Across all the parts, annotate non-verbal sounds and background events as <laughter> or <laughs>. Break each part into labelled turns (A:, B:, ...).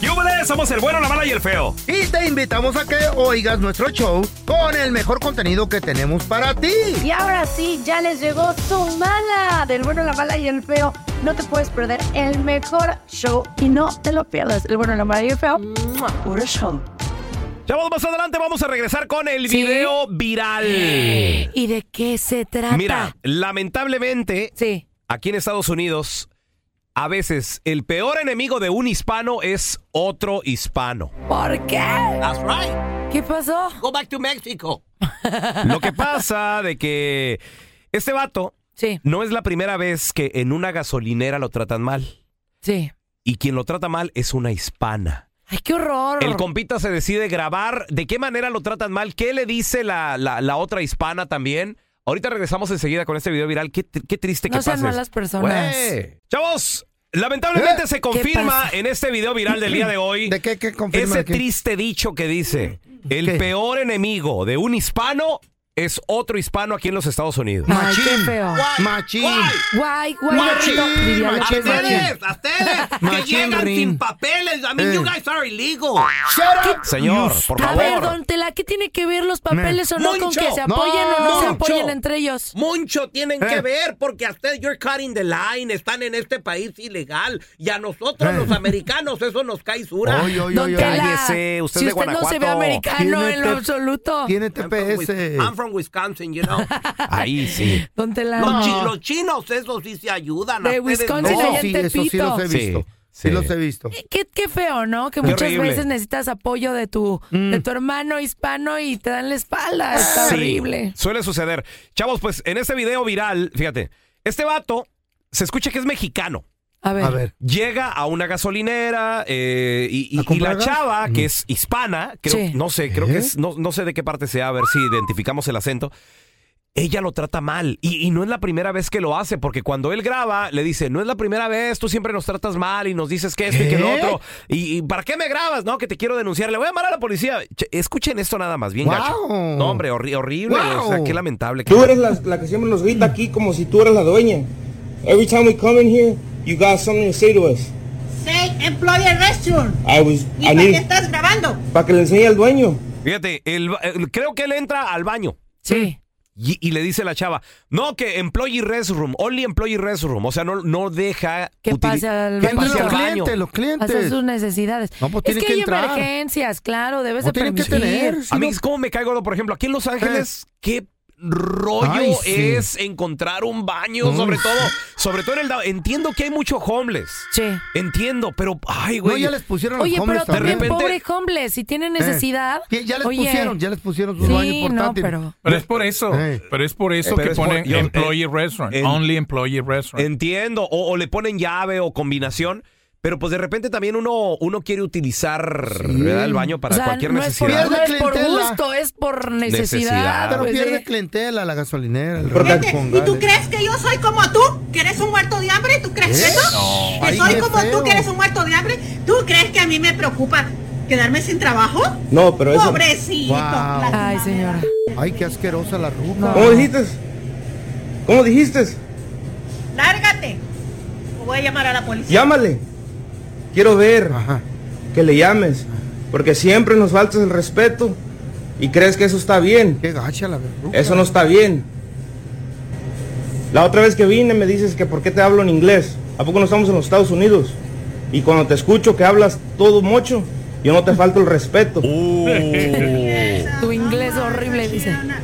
A: ¡Yúbele! Somos el bueno, la mala y el feo.
B: Y te invitamos a que oigas nuestro show con el mejor contenido que tenemos para ti.
C: Y ahora sí, ya les llegó su mala del bueno, la mala y el feo. No te puedes perder el mejor show y no te lo pierdas. El bueno, la mala y el feo. ¡Mua! Puro show.
A: Chavos, más adelante vamos a regresar con el
D: Sí.
A: video viral.
D: ¿Y de qué se trata?
A: Mira, lamentablemente,
D: Sí.
A: aquí en Estados Unidos, a veces el peor enemigo de un hispano es otro hispano.
D: ¿Por qué?
E: That's right.
D: ¿Qué pasó?
E: Go back to Mexico.
A: Lo que pasa de que este vato
D: Sí,
A: no es la primera vez que en una gasolinera lo tratan mal.
D: sí.
A: Y quien lo trata mal es una hispana.
D: Ay, qué horror.
A: El compita se decide grabar. ¿De qué manera lo tratan mal? ¿Qué le dice la, la- la otra hispana también? Ahorita regresamos enseguida con este video viral. Qué, tr- qué triste
D: No
A: que
D: sean
A: pasa.
D: malas personas.
A: Güey. Chavos,
E: Eh,
A: lamentablemente se confirma
D: pasa?
A: en este video viral del día de hoy
B: ¿De qué, qué confirma?
A: ese
B: ¿Qué?
A: triste dicho que dice: el
B: ¿Qué?
A: peor enemigo de un hispano es otro hispano aquí en los Estados Unidos.
D: Ay, qué feo.
B: Machín.
D: Guay, guay,
B: Machín,
D: Rito. Diría López
B: machín,
D: Obrador.
B: machín.
E: Ustedes, a ustedes, que
B: Machín
E: llegan
B: ring.
E: sin papeles. I mean,
B: Eh.
E: you guys are illegal.
A: Señor, por
D: A ver,
A: favor.
D: don Tela, ¿qué tiene que ver los papeles o no con
E: Moncho.
D: que se apoyen o no
E: No,
D: se
E: Moncho.
D: apoyen entre ellos?
E: Mucho tienen
B: Eh.
E: que ver porque a ustedes you're cutting the line. Están en este país ilegal. Y a nosotros,
B: Eh.
E: los americanos, eso nos cae sura.
B: Oy, oy,
D: Don
B: oy, oy.
D: Tela,
A: Cállese, usted es
D: si
A: de
D: usted no se ve
A: Guanajuato.
D: americano en lo
B: Tiene-
D: absoluto.
B: Tiene
E: I'm from Wis- I'm
B: TPS.
E: from Wisconsin,
A: <laughs>
E: you know.
A: Ahí sí.
D: Don Tela.
E: Los, chi-
D: No.
E: los chinos, esos sí se ayudan. a
D: De
E: ustedes
D: Wisconsin,
E: no.
D: allá en
B: sí, eso sí los he
D: Tepito.
B: visto.
A: Sí,
B: Sí
A: sí.
B: los he visto.
D: Qué, qué feo, ¿no? Que
A: Qué
D: muchas
A: horrible.
D: veces necesitas apoyo de tu,
B: Mm.
D: de tu hermano hispano y te dan la espalda.
B: Ah,
D: Está
A: Sí,
D: horrible.
A: Suele suceder. Chavos, pues en este video viral, fíjate, este vato se escucha que es mexicano.
D: A ver.
B: A ver.
A: Llega a una gasolinera eh, y, y-
B: ¿A
A: y
B: comprar gas?
A: la chava,
B: Mm.
A: que es hispana, creo,
D: Sí.
A: no sé, creo que
B: ¿Eh?
A: es, no, no sé de qué parte sea, a ver si identificamos el acento. Ella lo trata mal y, y no es la primera vez que lo hace, porque cuando él graba le dice, no es la primera vez, tú siempre nos tratas mal y nos dices que esto y que lo
B: ¿Eh?
A: otro. ¿Y, y para qué me grabas? No, que te quiero denunciar, le voy a llamar a la policía. Che, escuchen esto nada más, bien
B: Wow.
A: gacho. No, hombre, horri- horrible, o sea,
B: Wow.
A: qué lamentable.
F: Tú eres la, la que siempre nos grita aquí como si tú eres la dueña. Every time we come in here, you got something to say to us.
G: Say employer restroom.
F: I was,
G: ¿Y
F: I
G: para qué
F: need,
G: estás grabando?
F: para que le enseñe al dueño.
A: Fíjate, el ba- el- creo que él entra al baño.
D: Sí.
A: Y, y le dice la chava, no, que employee restroom, only employee restroom. O sea, no, no deja
D: Que
A: utili-
D: pase al
A: que
D: baño.
A: pase
B: Los
D: Entren
A: al baño.
B: clientes, los
D: Hacer
B: clientes.
D: sus necesidades.
B: No, pues
D: es
B: tiene
D: que,
B: que
D: hay
B: entrar.
D: emergencias, claro, debes
B: No
D: de
B: tienen que
D: permitir.
B: tener. si
A: A
B: no-
A: mí es como me caigo, gordo, por ejemplo, aquí en Los Ángeles, qué rollo
B: Ay, sí.
A: es encontrar un baño,
B: Ay,
A: sobre
B: sí.
A: todo, sobre todo en el... da- Entiendo que hay mucho homeless,
D: Sí.
A: entiendo, pero, ay,
B: No,
A: güey.
B: ya les pusieron
D: Oye,
B: los
D: pero
B: hombres
D: también
B: también.
A: repente-
D: pobre homeless, si tiene necesidad.
B: Eh, ya les
D: oye,
B: pusieron, ya les pusieron sus baños
D: Sí, no,
B: portátiles.
D: pero
H: Pero es por eso,
B: Ey.
H: pero es por eso
A: Eh, pero
H: que
A: es por-
H: ponen
A: yo-
H: employee
A: eh,
H: restaurant,
A: en-
H: only employee restaurant.
A: Entiendo, o, o le ponen llave o combinación, pero pues de repente también uno, uno quiere utilizar ¿verdad? el baño
D: o
A: para
D: sea,
A: cualquier
D: no es por,
A: necesidad.
B: Pierde
D: no es por
B: clientela.
D: gusto, es por necesidad.
A: Necesidad.
B: Pero
D: pues,
B: pierde
D: sí.
B: clientela la gasolinera. el
F: Porque-
B: refresco,
G: ¿Y tú
B: gales.
G: crees que yo soy como tú? ¿Que eres un muerto de hambre? ¿Tú crees
B: ¿Eh?
G: eso? ¿Que
B: Ay,
G: soy
B: qué
G: como
B: feo.
G: tú, que eres un muerto de hambre? ¿Tú crees que a mí me preocupa quedarme sin trabajo?
F: No, pero eso...
G: Pobrecito.
B: Wow.
G: lástima
D: Ay,
G: me
D: señora.
B: Ay, qué asquerosa la ruca.
F: ¿Cómo dijiste? ¿Cómo dijiste?
G: da. Lárgate. O voy a llamar a la policía.
F: Llámale. quiero ver que le llames, porque siempre nos faltas el respeto y crees que eso está bien.
B: Qué gacha la verruga.
F: Eso no está bien. La otra vez que vine me dices que por qué te hablo en inglés. ¿A poco no estamos en los Estados Unidos? Y cuando te escucho que hablas todo mocho, yo no te falto el respeto.
D: Tu inglés horrible, dice.
A: Uh.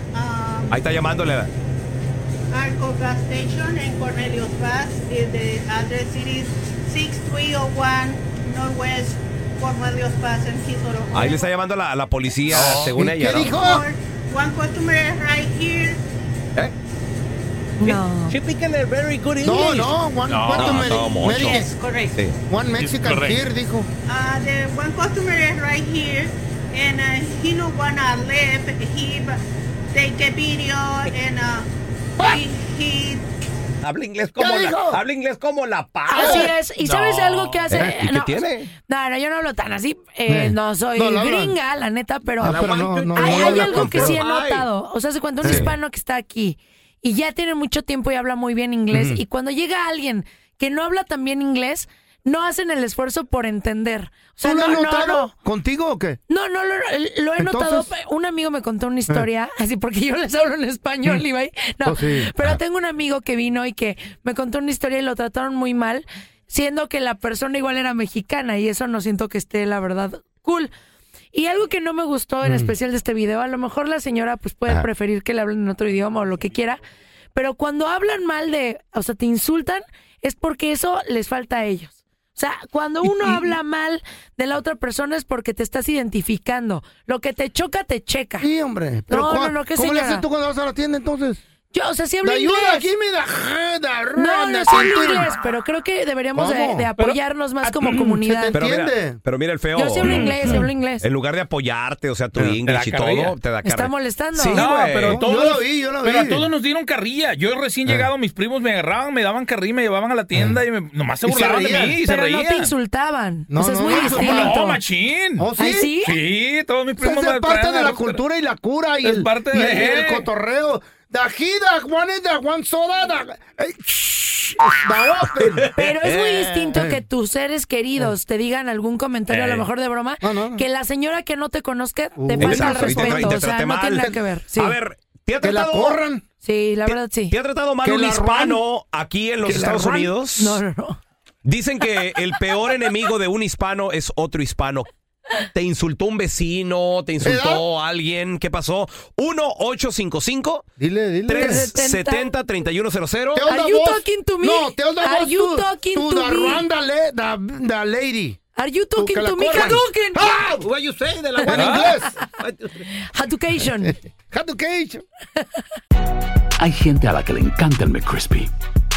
A: Ahí está llamándole.
G: Arco Gas Station en eh, Cornelius Pass. The- The address it is 6301 Northwest Cornelius Pass en Kisoro.
A: Ahí le está llamando la, la policía,
G: No.
A: según
G: ¿Y
A: ella.
G: qué
A: ¿no?
G: dijo? One customer right here.
A: ¿Eh?
E: No. She speaking a very good English.
G: No, no,
E: one,
G: No,
A: one no, Medi- no, mucho.
G: Yes, correct.
A: Sí.
B: One Mexican
A: Correcto.
B: here, dijo.
G: Uh, the one customer is right here, and uh, he no wanna leave. He b- take a video and uh, he, he
E: Habla inglés como la, habla inglés como la paz.
D: Así es. ¿Y sabes algo que hace?
A: Eh,
E: ¿Y qué
D: no,
E: tiene?
D: No, no, yo no hablo tan así. Eh,
E: Eh.
D: No soy
E: No, la habla.
D: gringa, la neta, pero,
E: Ah, pero no, no,
D: hay,
E: no
D: hay
E: habla
D: algo
E: con
D: que sí he
E: pero- Ay.
D: notado. O sea, se cuando un
E: Sí.
D: hispano que está aquí y ya tiene mucho tiempo y habla muy bien inglés,
H: Ujú.
D: y cuando llega alguien que no habla tan bien inglés, no hacen el esfuerzo por entender. O sea,
B: ¿Tú lo
D: no,
B: has
D: no,
B: notado?
D: no.
B: ¿Contigo o qué?
D: No, no lo, lo he notado.
B: Entonces- Eh.
D: Un amigo me contó una historia, así porque yo les hablo en español,
B: Mm.
D: Ibai. No,
B: Oh, sí.
D: pero tengo un amigo que vino y que me contó una historia y lo trataron muy mal, siendo que la persona igual era mexicana y eso no siento que esté, la verdad, cool. Y algo que no me gustó en
H: Mm.
D: especial de este video, a lo mejor la señora pues puede
H: Ajá.
D: preferir que le hablen en otro idioma o lo que quiera, pero cuando hablan mal de, o sea, te insultan, es porque eso les falta a ellos. O sea, cuando uno habla mal de la otra persona es porque te estás identificando. Lo que te choca, te checa.
B: Sí, hombre. Pero
D: no,
B: ¿cuá-
D: no, no, ¿qué
B: ¿Cómo le
D: señora?
B: haces tú cuando vas a la tienda entonces?
D: Yo, o sea, sí
B: ¿Me
D: hablo
B: ayuda?
D: inglés.
B: Aquí me da...
D: No, no sé hablo inglés, pero creo que deberíamos de,
B: ¿Cómo?
D: de apoyarnos más como comunidad.
A: Pero mira, pero mira el feo.
D: Yo sí hablo inglés, sí hablo inglés.
A: En lugar de apoyarte, o sea, tu inglés y
I: carrilla.
A: todo, te da
D: Me está
A: carrilla.
D: molestando.
A: Sí,
I: no,
A: güey. Ah.
I: pero todos,
B: yo lo vi, yo lo
I: pero
B: vi.
I: a todos nos dieron carrilla. Yo recién llegado, mis primos me agarraban, me daban carrilla, me llevaban a la tienda y me, nomás se
D: Y se
I: burlaban de
D: reían.
I: mí y se
D: Pero no
I: reían.
D: te insultaban. No, o sea, es muy
I: ¿Cómo
D: distinto.
I: No, machín.
D: ¿Oh, sí? ¿Ah, sí?
I: Sí, todos mis
B: Esa
I: primos me
B: es parte
I: traían
B: de
I: a
B: la
I: los-
B: cultura y la cura y,
I: Es
B: el,
I: parte
B: y
I: de-
B: el- y el cotorreo. Da gira, Juan es de Juan Soda. da- eh, shh, da open.
D: Pero es muy
B: Eh,
D: distinto
B: eh.
D: que tus seres queridos te digan algún comentario, a lo
B: Eh.
D: mejor de broma, que la señora que no te conozca te
A: Uh.
D: falta el
A: Exacto, y te tra- y
D: respeto.
A: te
D: O sea,
A: trate
D: no tiene
A: mal.
D: nada que ver. Sí.
A: A ver, ¿te ha
D: Que la
A: tratado
D: corran. Sí, la verdad sí.
A: ¿Te ha tratado mal
D: Que
A: un
D: la
A: hispano aquí en los
D: Que la
A: Estados
D: ruan.
A: Unidos?
D: No, no, no.
A: Dicen que el peor enemigo de un hispano es otro hispano. ¿Te insultó un vecino? ¿Te insultó alguien? ¿Qué pasó? 1-855
B: Dile, dile.
A: 370
B: Tell
A: 3100
B: the
D: Are you
B: boss-
D: talking to me?
B: No, tell the
D: Are
B: boss
D: you
B: to-
D: talking
B: to
D: to
B: the
D: me?
B: Rwanda le- the- the lady.
D: Are you talking
B: que la
D: to me?
B: corran.
D: Hadouken.
B: Ah,
E: What you say de la
B: En
A: <laughs> Ah.
B: inglés.
D: Education.
B: <laughs> Education.
J: Hay gente a la que le encanta el McCrispy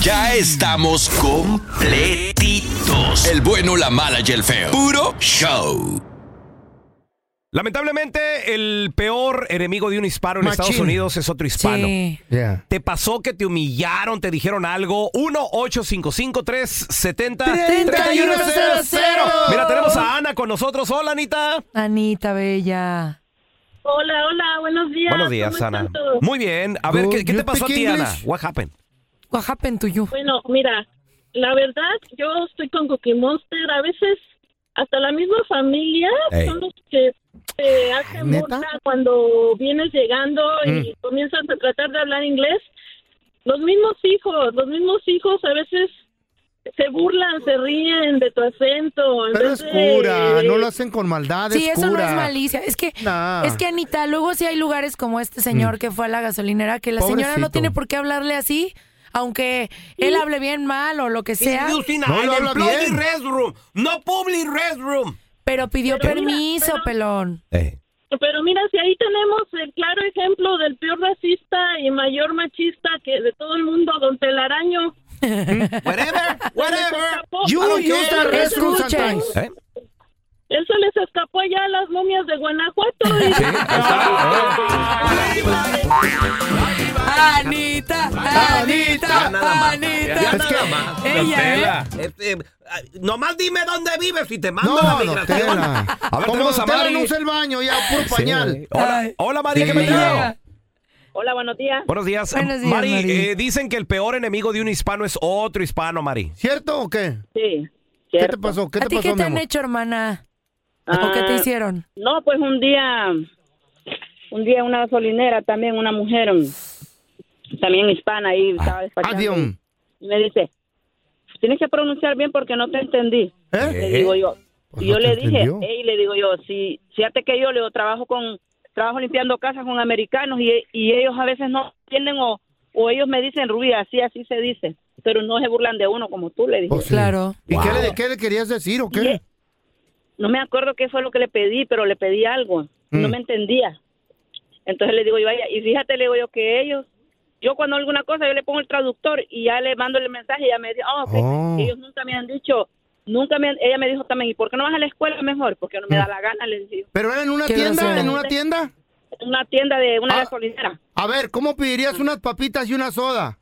K: Ya estamos completitos. El bueno, la mala y el feo. Puro show.
A: Lamentablemente, el peor enemigo de un hispano en
B: Machín.
A: Estados Unidos es otro hispano.
B: Sí. Yeah.
A: ¿Te pasó que te humillaron, te dijeron algo? 1-855-370-3100.
D: 3100.
A: Mira, tenemos a Ana con nosotros. Hola, Anita.
D: Oh. Anita Bella.
L: Hola, hola, buenos días.
A: Buenos días,
L: ¿cómo están
A: Ana.
L: todos?
A: Muy bien. A ver,
L: Good.
A: ¿qué, qué
L: You
A: te pasó a
L: speak
A: ti, Ana?
L: English?
A: What happened?
D: What happened to you?
L: Bueno, mira, la verdad, yo estoy con Cookie Monster. A veces, hasta la misma familia
A: Ey.
L: son los que te hacen
A: ¿neta? Mm.
L: burla cuando vienes llegando y comienzan a tratar de hablar inglés. Los mismos hijos, los mismos hijos a veces se burlan, se ríen de tu acento. en
B: Pero
L: vez
B: es
L: de-
B: cura, no lo hacen con maldad,
D: Sí,
B: es
D: eso no
B: cura.
D: es malicia. Es que,
B: Nah.
D: es que Anita, luego sí hay lugares como este señor que fue a la gasolinera que la señora no
B: Mm. Pobrecito.
D: tiene por qué hablarle así, aunque él hable bien mal o lo que
E: He
D: sea.
E: used in an employee restroom, no public restroom.
D: Pero pidió
L: Pero mira,
D: permiso, pelón.
B: Eh.
L: Pero mira, si ahí tenemos el claro ejemplo del peor racista y mayor machista que de todo el mundo,
B: <laughs>
L: don Telaraño. whatever, whatever.
B: You use the restroom sometimes.
A: ¿Eh?
L: Él se les escapó ya a las momias de Guanajuato. y-
D: Anita, Anita,
E: Anita. Ya nada
B: que-
E: más.
B: Ella, ¿eh?
E: Tela.
A: Eh,
E: Este, ah, nomás dime dónde vives y te mando
B: No,
E: la
B: don
E: migración.
B: Tela.
A: A ver,
B: Como
A: tenemos a
B: usted no
A: Mari.
B: usa el baño ya, puro
A: Sí.
B: pañal.
A: Hola, hola Mari, ¿qué me trajo?
L: Hola, buenos días.
A: Buenos días.
L: Buenos días,
A: Mari,
L: Mari.
A: eh, dicen que el peor enemigo de un hispano es otro hispano, Mari.
B: ¿Cierto o qué?
L: Sí.
B: ¿Qué te pasó? ¿Qué
D: ¿A
B: te
D: ti qué
B: pasó, mi
D: te han
B: amor?
D: hecho, hermana?
L: Ah,
D: ¿O qué te hicieron?
L: No, pues un día, un día una gasolinera también, una mujer, um, también hispana, ahí estaba despachando.
B: Ah, Adiós.
L: Y me dice, tienes que pronunciar bien porque no te entendí. Le
B: ¿Eh?
L: digo yo.
B: Pues
L: y yo
B: no te
L: le dije,
B: entendió.
L: "Ey", le digo yo, si, fíjate que yo le digo, trabajo con, trabajo limpiando casas con americanos y, y ellos a veces no entienden o, o ellos me dicen, Rubí, así, así se dice. Pero no se burlan de uno como tú, le
B: Oh,
L: dije.
D: Claro.
B: Pues ¿Y qué, le, qué le querías decir o qué?
L: e-, No me acuerdo qué fue lo que le pedí, pero le pedí algo. No
B: Mm.
L: me entendía. Entonces le digo yo, a ella, y fíjate, le digo yo que ellos, yo cuando alguna cosa, yo le pongo el traductor y ya le mando el mensaje y ya me dice, "Ah, ok".
B: Oh.
L: ellos nunca me han dicho, nunca me han- ella me dijo también, ¿y por qué no vas a la escuela mejor? Porque no me da la gana, le digo.
B: Mm. ¿Pero era en una
L: Qué
B: tienda?
L: grosero.
B: ¿En una tienda? Ah.
L: En una tienda de una gasolinera.
B: A ver, ¿cómo pedirías unas papitas y una soda?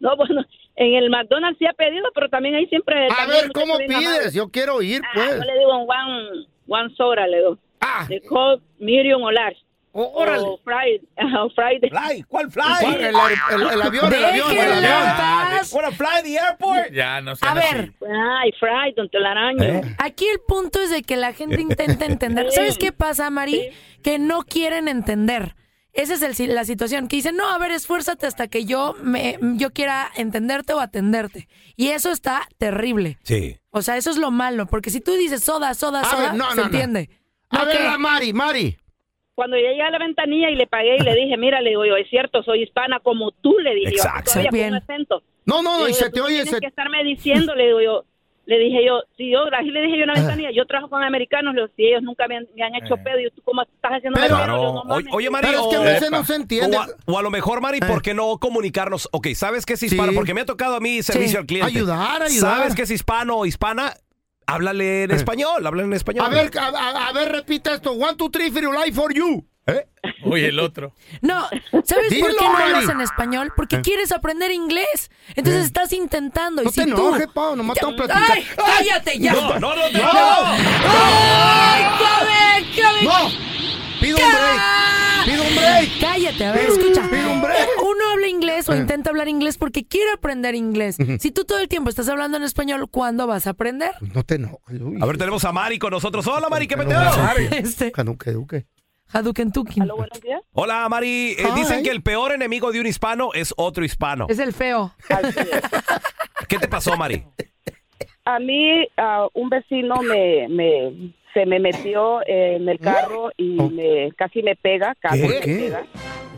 L: No, bueno, en el McDonald's sí ha pedido, pero también ahí siempre...
B: A
L: también
B: ver, ¿cómo
L: mucha colina madre.
B: pides? Yo quiero ir,
L: Ah,
B: pues.
L: yo le digo un one, one soda, le digo.
B: Ah. Oh,
L: De cold, medium o large.
B: órale.
L: O fried. <laughs> o fried.
E: Fly, ¿cuál fly?
B: ¿Cuál? El, el- el Ah, avión, el avión, el
E: Déjenla en
B: avión.
E: paz. Wanna fly the airport?
I: Ya, no sé.
D: A ver, ¿Eh?
L: Ay, fried, don telaraño.
D: Aquí el punto es de que la gente intenta entender.
L: Sí.
D: ¿Sabes qué pasa, Mari? Que no quieren entender. Esa es el si- la situación. Que dicen, no, a ver, esfuérzate hasta que yo, me, yo quiera entenderte o atenderte. Y eso está terrible.
A: Sí.
D: O sea, eso es lo malo. Porque si tú dices soda, soda,
B: A
D: soda,
B: ver, no,
D: se
B: no, no.
D: entiende.
B: A
D: No,
B: ver,
D: ¿qué?
B: la Mari, Mari.
L: Cuando yo llegué a la ventanilla y le pagué y le dije, mira, le digo yo, es cierto, soy hispana como tú, le dije yo,
B: Exacto.
L: todavía con
B: Bien.
L: acento.
B: No, no,
L: Le
B: no, y
L: digo
B: se
L: yo,
B: te
L: tú
B: oye,
L: Tienes
B: se-
L: que estarme diciendo, le digo yo, le dije yo, si yo, así le dije yo en la ventanilla, yo trabajo con americanos, le digo, si ellos nunca me han, me han hecho pedo, y tú cómo estás haciendo
A: Claro. Oye, oye, Mari,
B: Pero es que a
A: o-
B: veces no se entiende. Eh.
A: O a, o a lo mejor, Mari, ¿por qué no comunicarnos? Ok, ¿sabes qué es hispano?
B: Sí.
A: Porque me ha tocado a mí
B: Sí.
A: servicio al cliente.
B: Ayudar, ayudar. Eh.
A: ¿Sabes qué es hispano o hispana? Háblale en español, háblale en español.
B: A ver, a, a- a ver, repita esto. One, two, three, four, life for you.
I: Oye, el otro.
D: No, ¿sabes
B: Dilo,
D: por qué no hablas
B: Mari. Eh.
D: en español? Porque quieres aprender inglés. Entonces estás intentando.
B: No
D: y
B: te
D: si tú-
B: enojes, Pau, nomás estamos platicando.
D: ¡Ay, cállate ya!
A: No, no, no, no,
D: ¡No!
A: no.
D: ¡Ay, cabe, cabe!
B: ¡No! ¡Pido un break! ¡Pido un break! Eh,
D: Cállate, a ver, escucha.
B: Pido un break. Eh.
D: Uno habla inglés o intenta hablar inglés porque quiere aprender inglés. Si tú todo el tiempo estás hablando en español, ¿cuándo vas a aprender?
B: No te enojes.
A: A ver, tenemos a Mari con nosotros. Hola, Mari, ¿qué peteo?
D: Este,
B: Canuque, duque.
D: Hadoukentukin.
A: Hola, Mari. Eh,
D: Hi.
A: dicen que el peor enemigo de un hispano es otro hispano.
D: Es el feo.
A: ¿Qué te pasó, Mari?
L: A mí ah, un vecino me, me se me metió en el carro y me casi me pega, casi
B: ¿Qué?
L: me
B: ¿Qué?
L: pega.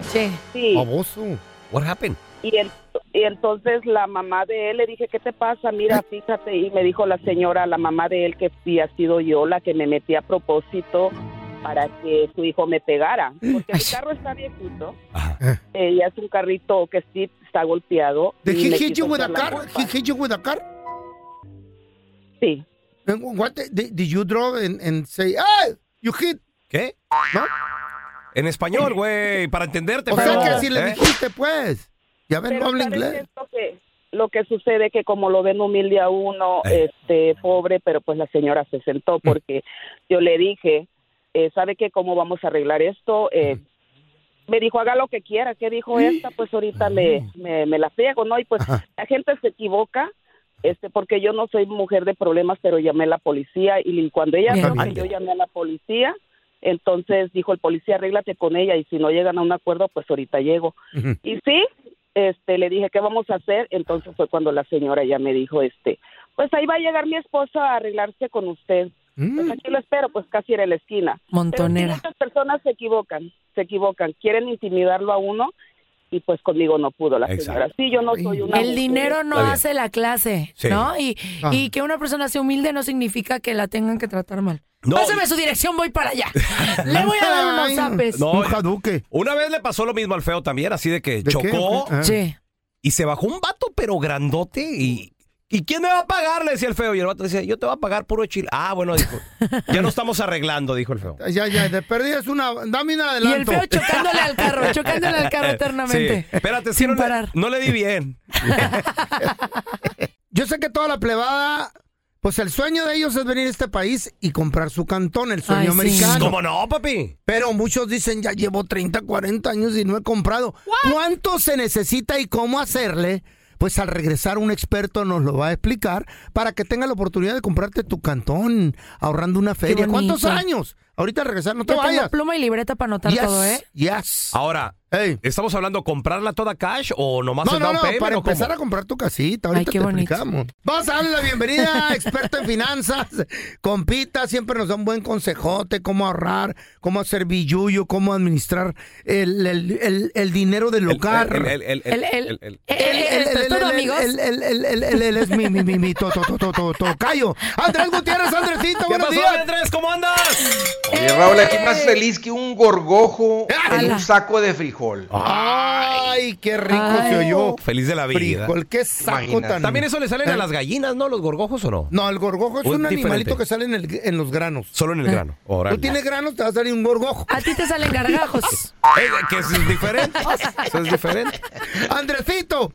D: Sí.
L: Sí.
M: Ah,
B: Baboso.
A: What happened?
L: Y, en- y entonces la mamá de él le dije, ¿qué te pasa? Mira, fíjate. Y me dijo la señora, la mamá de él, que sí ha sido yo la que me metí a propósito para que su hijo me pegara. Porque mi carro está viejito. Eh, y es un carrito que sí está golpeado.
B: ¿Did
L: y me
B: he hit
L: quiso
B: you with a
L: echar la
B: car?
L: culpa.
B: ¿He hit you with a car?
L: Sí.
B: And what the- did, did you draw and, and say, "Ah, ¡Ay! You hit.
A: ¿Qué?
B: ¿No?
A: En español, güey, para entenderte.
B: O
A: pero,
B: sea que si le
A: ¿eh?
B: dijiste, pues. Ya ven, no
L: Pero
B: habla
L: ¿sabes qué
B: inglés.
L: es Lo que, lo que sucede que como lo ven humilde a uno, este pobre, pero pues la señora se
B: Mm.
L: sentó porque yo le dije, eh, ¿sabe qué? ¿Cómo vamos a arreglar esto? Eh, me dijo, haga lo que quiera. ¿Qué dijo esta? Pues ahorita
B: Ah.
L: me, me, me la friego, ¿no? Y pues la gente se equivoca. Este, porque yo no soy mujer de problemas, pero llamé a la policía y cuando ella
B: Bien,
L: dijo que
B: bien.
L: yo llamé a la policía,
B: Mm-hmm.
L: entonces dijo el policía, arréglate con ella y si no llegan a un acuerdo, pues ahorita llego. Y sí, este, le dije, ¿qué vamos a hacer? Entonces fue cuando la señora ya me dijo, este, pues ahí va a llegar mi esposo a arreglarse con usted.
A: Mm.
L: Pues aquí lo espero, pues casi era en la esquina.
D: Montonera.
L: Muchas personas se equivocan, se equivocan, quieren intimidarlo a uno y pues conmigo no pudo la señora.
A: Exacto.
L: Sí, yo no soy una...
D: El dinero no
A: Está bien.
D: hace la clase,
A: Sí.
D: ¿no? Y,
A: Ah.
D: y que una persona sea humilde no significa que la tengan que tratar mal.
A: No.
D: Pásame su dirección, voy para allá. Le voy a dar unos zapes.
A: Una vez le pasó lo mismo al feo también, así de que chocó.
D: Ah. Sí.
A: Y se bajó un vato, pero grandote. ¿Y, ¿y quién me va a pagar? Le decía el feo. Y el vato decía, yo te voy a pagar puro chile. Ah, bueno, dijo. Ya no estamos arreglando, dijo el feo.
B: Ya, ya, de perdida es una. Dame un adelanto.
D: feo chocándole
B: <laughs>
D: al carro, chocándole al carro eternamente.
A: Sí. Espérate, sí, no, le- no le di bien.
B: Yo sé que toda la plebada, pues el sueño de ellos es venir a este país y comprar su cantón, el sueño
A: Ay, sí.
B: americano.
A: ¿Cómo no, papi?
B: Pero muchos dicen, ya llevo 30, 40 años y no he comprado. ¿Cuánto se necesita y cómo hacerle? Pues al regresar un experto nos lo va a explicar para que tenga la oportunidad de comprarte tu cantón ahorrando una feria. ¿Cuántos
D: bonito.
B: años? Ahorita al regresar, no te
D: Yo tengo
B: vayas.
D: pluma y libreta para anotar
B: Yes.
D: todo, ¿eh?
B: Yes.
A: Ahora, ¿estamos hablando comprarla toda cash o nomás
B: No,
A: el
B: no,
A: down
B: no,
A: payment
B: para
A: o cómo?
B: empezar a comprar tu casita, ahorita te explicamos. Vamos a darle la bienvenida a experto en finanzas, compita, siempre nos da un buen consejote, cómo ahorrar, cómo hacer billuyo, cómo administrar el, el, el, el dinero del hogar.
A: el- el- el- El- el- el- el-
D: el- el- esto es todo, amigos.
B: el- el- el- el- el- el es mi, mi, mi, mi, to, to, to, to, to, tocayo. Andrés Gutiérrez, Andresito,
A: ¿Qué
B: buenos
A: pasó,
B: días.
A: Andrés? ¿Cómo andas?
H: Oye, Raúl, aquí
B: ¡Eh!
H: más feliz que un gorgojo en un saco de frijol.
B: Ay, qué rico se oyó.
A: Feliz de la vida.
B: Frijol, qué saco tan-
A: También eso le salen a
B: Eh.
A: las gallinas, ¿no? Los gorgojos o no?
B: No, el gorgojo es
A: O es
B: un animalito
A: diferente.
B: que sale en, el- en los granos.
A: Solo en el grano. Órale.
B: Tú tienes granos, te va a salir un gorgojo.
D: A ti te salen
B: <laughs>
D: gargajos.
A: Eh, que eso es diferente. Eso es diferente.
B: Andresito,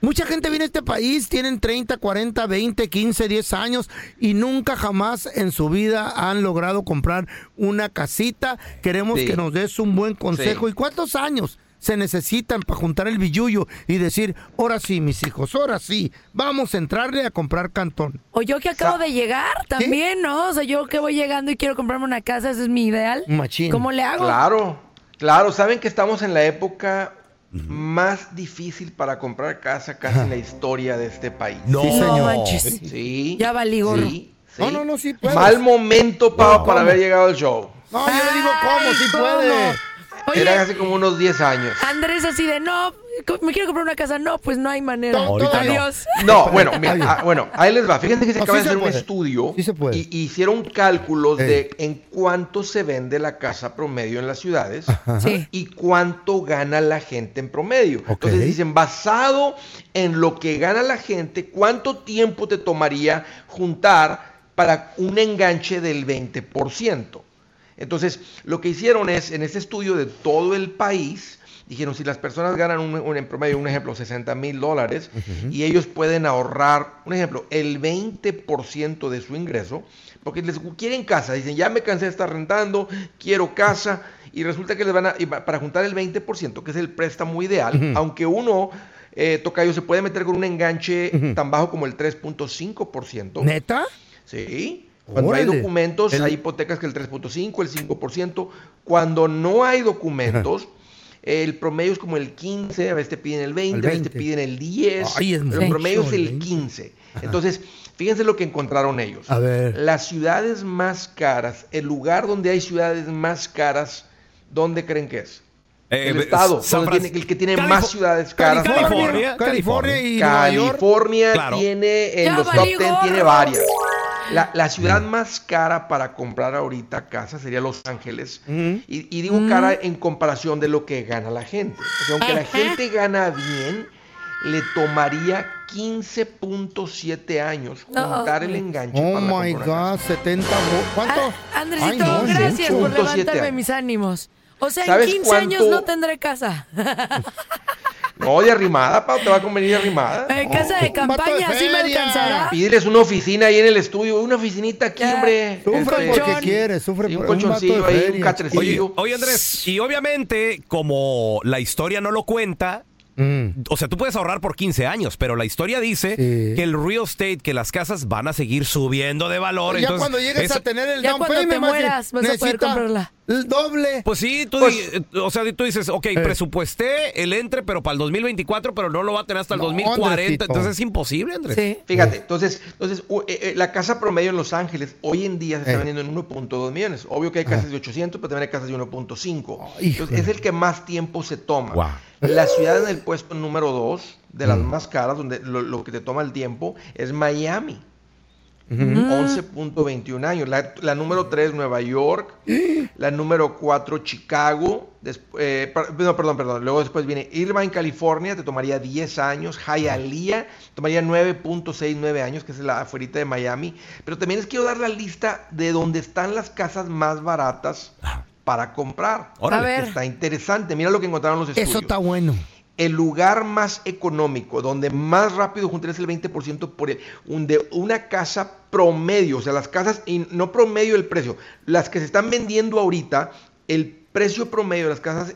B: mucha gente viene a este país, tienen 30, 40, 20, 15, 10 años y nunca jamás en su vida han logrado comprar una casita. Queremos
H: Sí.
B: que nos des un buen consejo.
H: Sí.
B: ¿Y cuántos años? Se necesitan para juntar el billuyo y decir, ahora sí, mis hijos, ahora sí, vamos a entrarle a comprar cantón.
D: O yo que
B: Ah.
D: acabo de llegar también, ¿no? O sea, yo que voy llegando y quiero comprarme una casa, ese es mi ideal.
B: Machín.
D: ¿Cómo le hago?
H: Claro, claro. Saben que estamos en la época más difícil para comprar casa casi en la historia de este país.
B: No. Sí, señor. No manches.
H: Sí.
D: Ya valí gorro.
H: Sí, sí.
B: No, no, no, sí puedes.
H: Mal momento, Pau, para haber llegado al show.
B: No, yo le digo, ¿cómo? Sí
D: ¿cómo?
B: puede.
H: Era hace como unos 10 años.
D: Andrés así de, no, co- me quiero comprar una casa. No, pues no hay manera. Adiós.
H: No, bueno, mira, ah, bueno, ahí les va. Fíjense que se
B: No,
H: acaba de
B: sí se
H: hacer un
B: puede. Eh.
H: estudio y y hicieron cálculos de en cuánto se vende la casa promedio en las ciudades
D: Sí.
H: y cuánto gana la gente en promedio. Entonces dicen, basado en lo que gana la gente, ¿cuánto tiempo te tomaría juntar para un enganche del 20%? Entonces, lo que hicieron es, en este estudio de todo el país, dijeron, si las personas ganan un- un- en promedio, un ejemplo, 60 mil dólares, y ellos pueden ahorrar, un ejemplo, el 20% de su ingreso, porque les gu- quieren casa, dicen, ya me cansé de estar rentando, quiero casa, y resulta que les van a, y va- para juntar el 20%, que es el préstamo ideal,
N: Ujú.
H: aunque uno... Eh, tocayo se puede meter con un enganche tan bajo como el 3.5%.
B: ¿Neta?
H: Sí. Cuando hay
B: Órale.
H: documentos,
B: El-
H: hay hipotecas que el 3.5, el 5%. Cuando no hay
B: <laughs>
H: documentos, el promedio es como el 15, a veces te piden el 20, a veces te
B: 20.
H: piden el 10.
B: Ay, es
H: pero el
B: mucho,
H: promedio es
B: el
H: el
B: 20.
H: 15. Entonces, fíjense lo que encontraron ellos.
B: A ver.
H: Las ciudades más caras, el lugar donde hay ciudades más caras, ¿dónde creen que es?
A: Eh,
H: el
A: eh,
H: estado,
A: San
H: donde
A: Fran-
H: tiene- el que tiene
A: Calif-
H: más ciudades caras.
A: California, California y Nueva York.
H: California
A: Claro.
H: tiene, en
A: Ya
H: los top
A: valí
H: 10 tiene
A: gorro.
H: varias. La, la ciudad más cara para comprar ahorita casa sería Los Ángeles. y, y digo cara en comparación de lo que gana la gente. O sea, aunque la gente gana bien, le tomaría 15.7 años juntar el enganche.
B: Oh
H: para
B: my God, 70 bro. ¿Cuánto?
D: Andresito,
H: Ay, no,
D: gracias por
H: 1.7
D: levantarme
H: años.
D: mis ánimos. O sea, en
H: ¿Sabes
D: 15
H: cuánto-
D: años no tendré casa.
H: No, de arrimada, Pau, te va a convenir arrimada.
B: Oh.
D: Eh, casa de campaña, así me alcanzará.
H: Pídeles una oficina ahí en el estudio, una oficinita aquí, hombre.
B: Sufre
H: Este,
B: porque quiere, sufre
H: Sí, un
B: por
H: colchoncillo
B: vato de
H: ahí, un
B: feria,
H: catrecillo.
A: Oye, oye, Andrés, y obviamente, como la historia no lo cuenta,
B: Mm.
A: O sea, tú puedes ahorrar por 15 años, pero la historia dice que el real estate, que las casas van a seguir subiendo de valor.
B: ya
A: entonces,
B: cuando llegues
A: eso-
B: a tener el
D: Ya
B: down
D: cuando te
B: payment, más bien,
D: mueras, vas a poder
B: necesita
D: comprarla.
B: El doble.
A: Pues sí, tú, di- eh, o sea, tú dices, ok, presupuesté el entre, pero para el 2024, pero no lo va a tener hasta el 2040.
H: Andresito.
A: Entonces es imposible, Andrés.
B: Eh.
H: Fíjate, entonces, entonces u- eh, eh, la casa promedio en Los Ángeles hoy en día se
B: Eh.
H: está vendiendo en 1.2 millones. Obvio que hay
B: Ah.
H: casas de 800, pero también hay casas de 1.5. Entonces, es el que más tiempo se toma. La ciudad en el puesto número 2, de
B: Mm.
H: las más caras, donde lo, lo que te toma el tiempo, es Miami. Mm-hmm.
B: Mm-hmm.
H: 11.21 años. La, la número 3, Nueva York. La número 4, Chicago. Des- eh, per- no, perdón, perdón. Luego después viene Irvine, California, te tomaría 10 años. Hialeah, tomaría 9.69 años, que es la afuerita de Miami. Pero también les quiero dar la lista de donde están las casas más baratas para comprar.
B: Órale. A ver.
H: Está interesante. Mira lo que encontraron los estudios
B: Eso está bueno.
H: el lugar más económico, donde más rápido juntarías el 20% por el- un de una casa promedio, o sea, las casas, y no promedio el precio, las que se están vendiendo ahorita, el precio promedio de las casas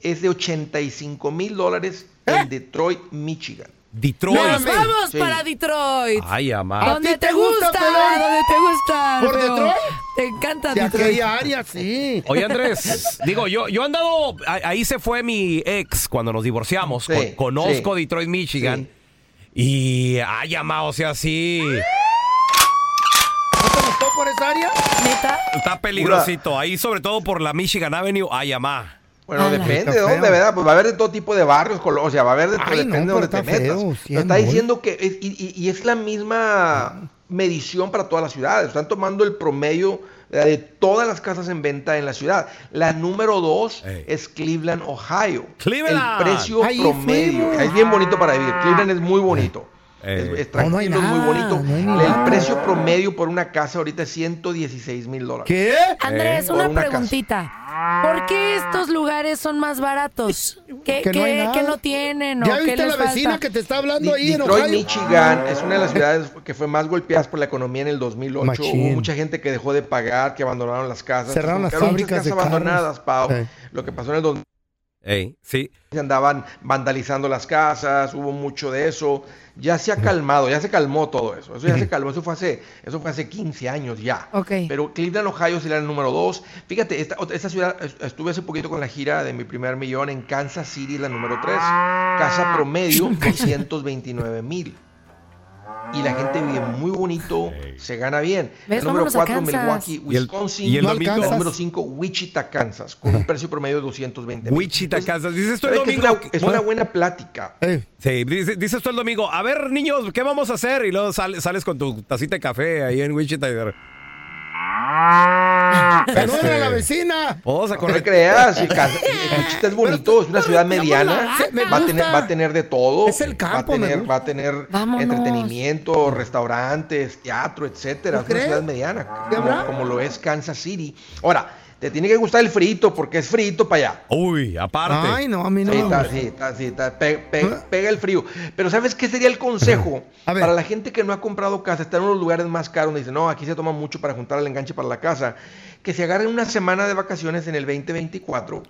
H: es de 85 mil dólares
B: ¿Eh?
H: en Detroit, Michigan.
A: Detroit.
D: Nos vamos
H: Sí.
D: para Detroit.
A: Ay, amá.
D: Donde te,
H: te gusta,
D: gusta,
H: pelón?
D: donde te gusta.
B: ¿Por
D: feo.
B: Detroit?
D: Te encanta
B: De
D: Detroit.
B: aquella área, sí.
A: Oye, Andrés, digo, yo, yo he andado, a- ahí se fue mi ex cuando nos divorciamos. Con- conozco
H: sí.
A: Detroit, Michigan. Y ay, amá, o sea, sí.
B: ¿No te gustó por esa área?
D: Neta.
A: Está peligrosito. Ahí, sobre todo por la Michigan Avenue, ay, amá.
H: Bueno, depende de
A: Está
H: dónde,
A: Ah, feo.
H: ¿verdad? Pues va a haber de todo tipo de barrios, colo- o sea, va a haber de todo,
A: Ay, no,
H: depende
A: pero
H: de dónde te
A: está feo,
H: metas. Pero
A: sí,
H: está
A: amor.
H: diciendo que, es- y, y- y es la misma medición para todas las ciudades, están tomando el promedio ¿verdad? de todas las casas en venta en la ciudad. La número dos es Cleveland, Ohio.
A: Cleveland.
H: El precio
A: Ahí
H: promedio,
A: fuimos.
H: es bien bonito para vivir, Cleveland es muy bonito. Es, es
A: No, no hay
H: tranquilo, es muy
A: nada,
H: bonito.
A: no hay
H: el
A: nada.
H: precio promedio por una casa ahorita es 116 mil dólares.
B: ¿Qué?
D: Andrés,
H: ¿Eh? Por
D: una,
H: casa.
D: preguntita. ¿Por qué estos lugares son más baratos? ¿Qué,
B: Que
D: qué- qué
B: no
D: no,
B: hay nada.
D: tienen? o
B: ¿Ya
D: qué
B: viste a la
D: les falta?
B: vecina que te está hablando
H: Di-
B: ahí en
H: Detroit,
B: Ohio?
H: Michigan es una de las ciudades que fue más golpeadas por la economía en el 2008. Hubo
B: Machín.
H: mucha gente que dejó de pagar, que abandonaron las casas.
B: Cerraron las
H: Quedaron
B: fábricas
H: muchas
B: de
H: casas
B: carros.
H: abandonadas, Pau.
B: Eh.
H: Lo que pasó en el 2000
A: Ey, sí.
H: se andaban vandalizando las casas, hubo mucho de eso. Ya se ha calmado, ya se calmó todo eso. Eso ya
A: <laughs>
H: se calmó, eso fue hace, eso fue hace 15 años ya. Pero Cleveland, Ohio sería el número 2. Fíjate, esta, otra- esta ciudad, est- estuve hace poquito con la gira de mi primer millón en Kansas City, la número 3. Casa
A: <laughs>
H: promedio, 229 mil. Y la gente vive muy bonito, se gana bien.
D: ¿Ves?
H: El número
D: Vámonos a
H: 4,
D: Kansas.
H: Milwaukee,
A: ¿Y el-
H: Wisconsin.
A: y el domingo?
H: La número 5, Wichita, Kansas, con un precio promedio de 220 mil.
A: Wichita, Kansas. Dices tú el
H: ¿Sabes qué? Es
A: domingo.
H: una- es una buena plática.
A: Sí, dice- dices tú el domingo, a ver, niños, ¿qué vamos a hacer? Y luego sal- sales con tu tacita de café ahí en Wichita y de-
B: ¡Saluda a la
A: Este,
B: vecina!
A: Vamos
H: Ah. No
A: a
H: te
A: correr.
H: creas, el Cas- el
B: <laughs>
H: Wichita es bonito, es una ciudad mediana, va a, tener, va a tener de todo. Es el campo, va a tener, va a tener entretenimiento, restaurantes, teatro, etcétera. Es una ciudad mediana, como, como lo es Kansas City. Ahora, te tiene que gustar el frito, porque es frito para allá.
A: Uy, aparte.
B: Ay, no, a mí no
H: Sí,
B: me
H: está,
B: gusta. ¿Eh?
H: sí, está, sí, está. Pe- pe- pega el frío. Pero ¿sabes qué sería el consejo? Para la gente que no ha comprado casa, está en unos lugares más caros donde dice, no, aquí se toma mucho para juntar el enganche para la casa, que se agarren una semana de vacaciones en el 2024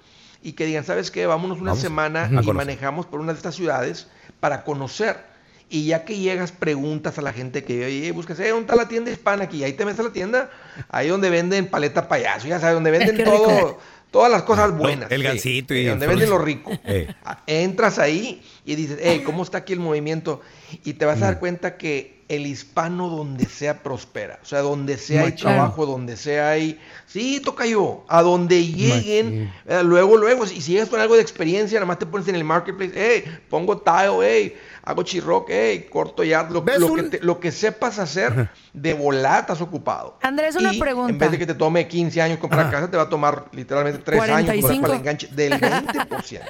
H: y que digan, ¿sabes qué? Vámonos una
A: Vamos
H: semana
A: a
H: y
A: conocer.
H: manejamos por una de estas ciudades para conocer. Y ya que llegas, preguntas a la gente que vive ahí, buscas, "Eh, ¿dónde está la tienda hispana aquí? Ahí te metes a la tienda, ahí donde venden paleta payaso, ya
A: <laughs>
H: sabes, donde venden
A: qué rico.
H: todo, todas las cosas buenas.
A: El
H: sí.
A: gancito y.
H: Eh, donde venden lo rico.
A: Eh.
H: Ah, Entras ahí y dices, hey, ¿cómo está aquí el movimiento? Y te vas a dar cuenta que el hispano donde sea prospera. O sea, donde sea hay
B: Machín.
H: trabajo, donde sea hay... Sí, toca yo. A donde lleguen, eh, luego, luego, si si llegas con algo de experiencia, nada más te pones en el marketplace, hey, pongo tile, hey, hago chirroc, hey, corto ya, lo, lo que, te- lo que sepas hacer, de volada estás ocupado.
D: Andrés, una
H: Y En
D: pregunta.
H: vez de que te tome 15 años comprar casa, te va a tomar literalmente 3 años para-
D: 45.
H: para el enganche del 20%.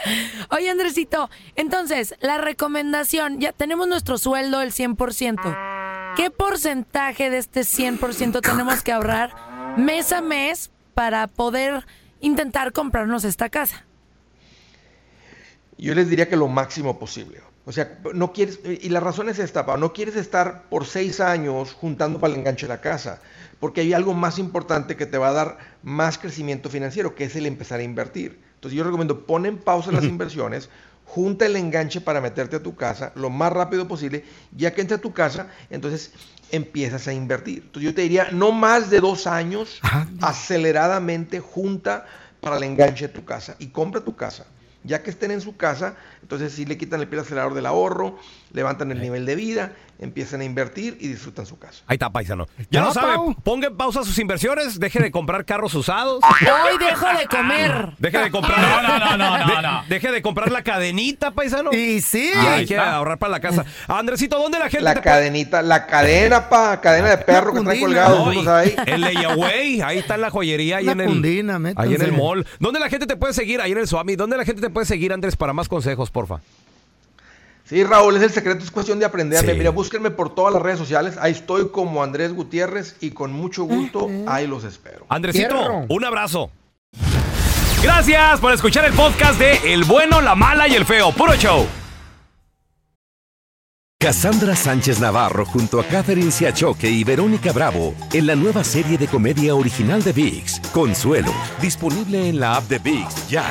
D: Oye, Andresito, entonces, la recomendación, ya tenemos nuestro sueldo el 100%. ¿Qué porcentaje de este 100% tenemos que ahorrar mes a mes para poder intentar comprarnos esta casa?
H: Yo les diría que lo máximo posible. O sea, no quieres, y la razón es esta, Pao, no quieres estar por seis años juntando para el enganche de la casa, porque hay algo más importante que te va a dar más crecimiento financiero, que es el empezar a invertir. Entonces yo recomiendo, pon en pausa las inversiones, junta el enganche para meterte a tu casa lo más rápido posible, ya que entra a tu casa, entonces empiezas a invertir. Entonces yo te diría, no más de dos años, aceleradamente junta para el enganche de tu casa y compra tu casa. Ya que estén en su casa, entonces sí le quitan el pie al acelerador del ahorro, levantan el nivel de vida, empiezan a invertir y disfrutan su casa.
A: Ahí está, paisano. Ya
H: No,
A: lo sabe,
H: Pau.
A: ponga en pausa sus inversiones, deje de comprar carros usados.
D: Hoy dejo de comer.
A: Deje de comprar.
D: No, no, no, no,
A: De- Deje de comprar la cadenita, paisano.
B: Y sí.
A: hay que ahorrar para la casa. Andresito, ¿dónde la gente
H: La
A: te puede-
H: cadenita, la cadena, pa, cadena de perro que trae colgado.
A: No,
H: ¿no
A: y-
H: sabes?
A: El layaway, ahí está en la joyería, ahí
B: Una
A: en el
B: cundina,
A: ahí en
B: métanse.
A: el mall. ¿Dónde la gente te puede seguir? Ahí en el Suami. ¿Dónde la gente te puede seguir, Andrés, para más consejos, porfa?
H: <laughs> Sí, Raúl, es el secreto, es cuestión de aprenderme.
A: Sí.
H: Mira, búsquenme por todas las redes sociales. Ahí estoy como Andrés Gutiérrez y con mucho gusto ahí los espero.
A: Andresito, un abrazo. Gracias por escuchar el podcast de El bueno, la mala y el feo. Puro show.
O: Cassandra Sánchez Navarro junto a Catherine Siachoque y Verónica Bravo en la nueva serie de comedia original de VIX, Consuelo, disponible en la app de VIX ya.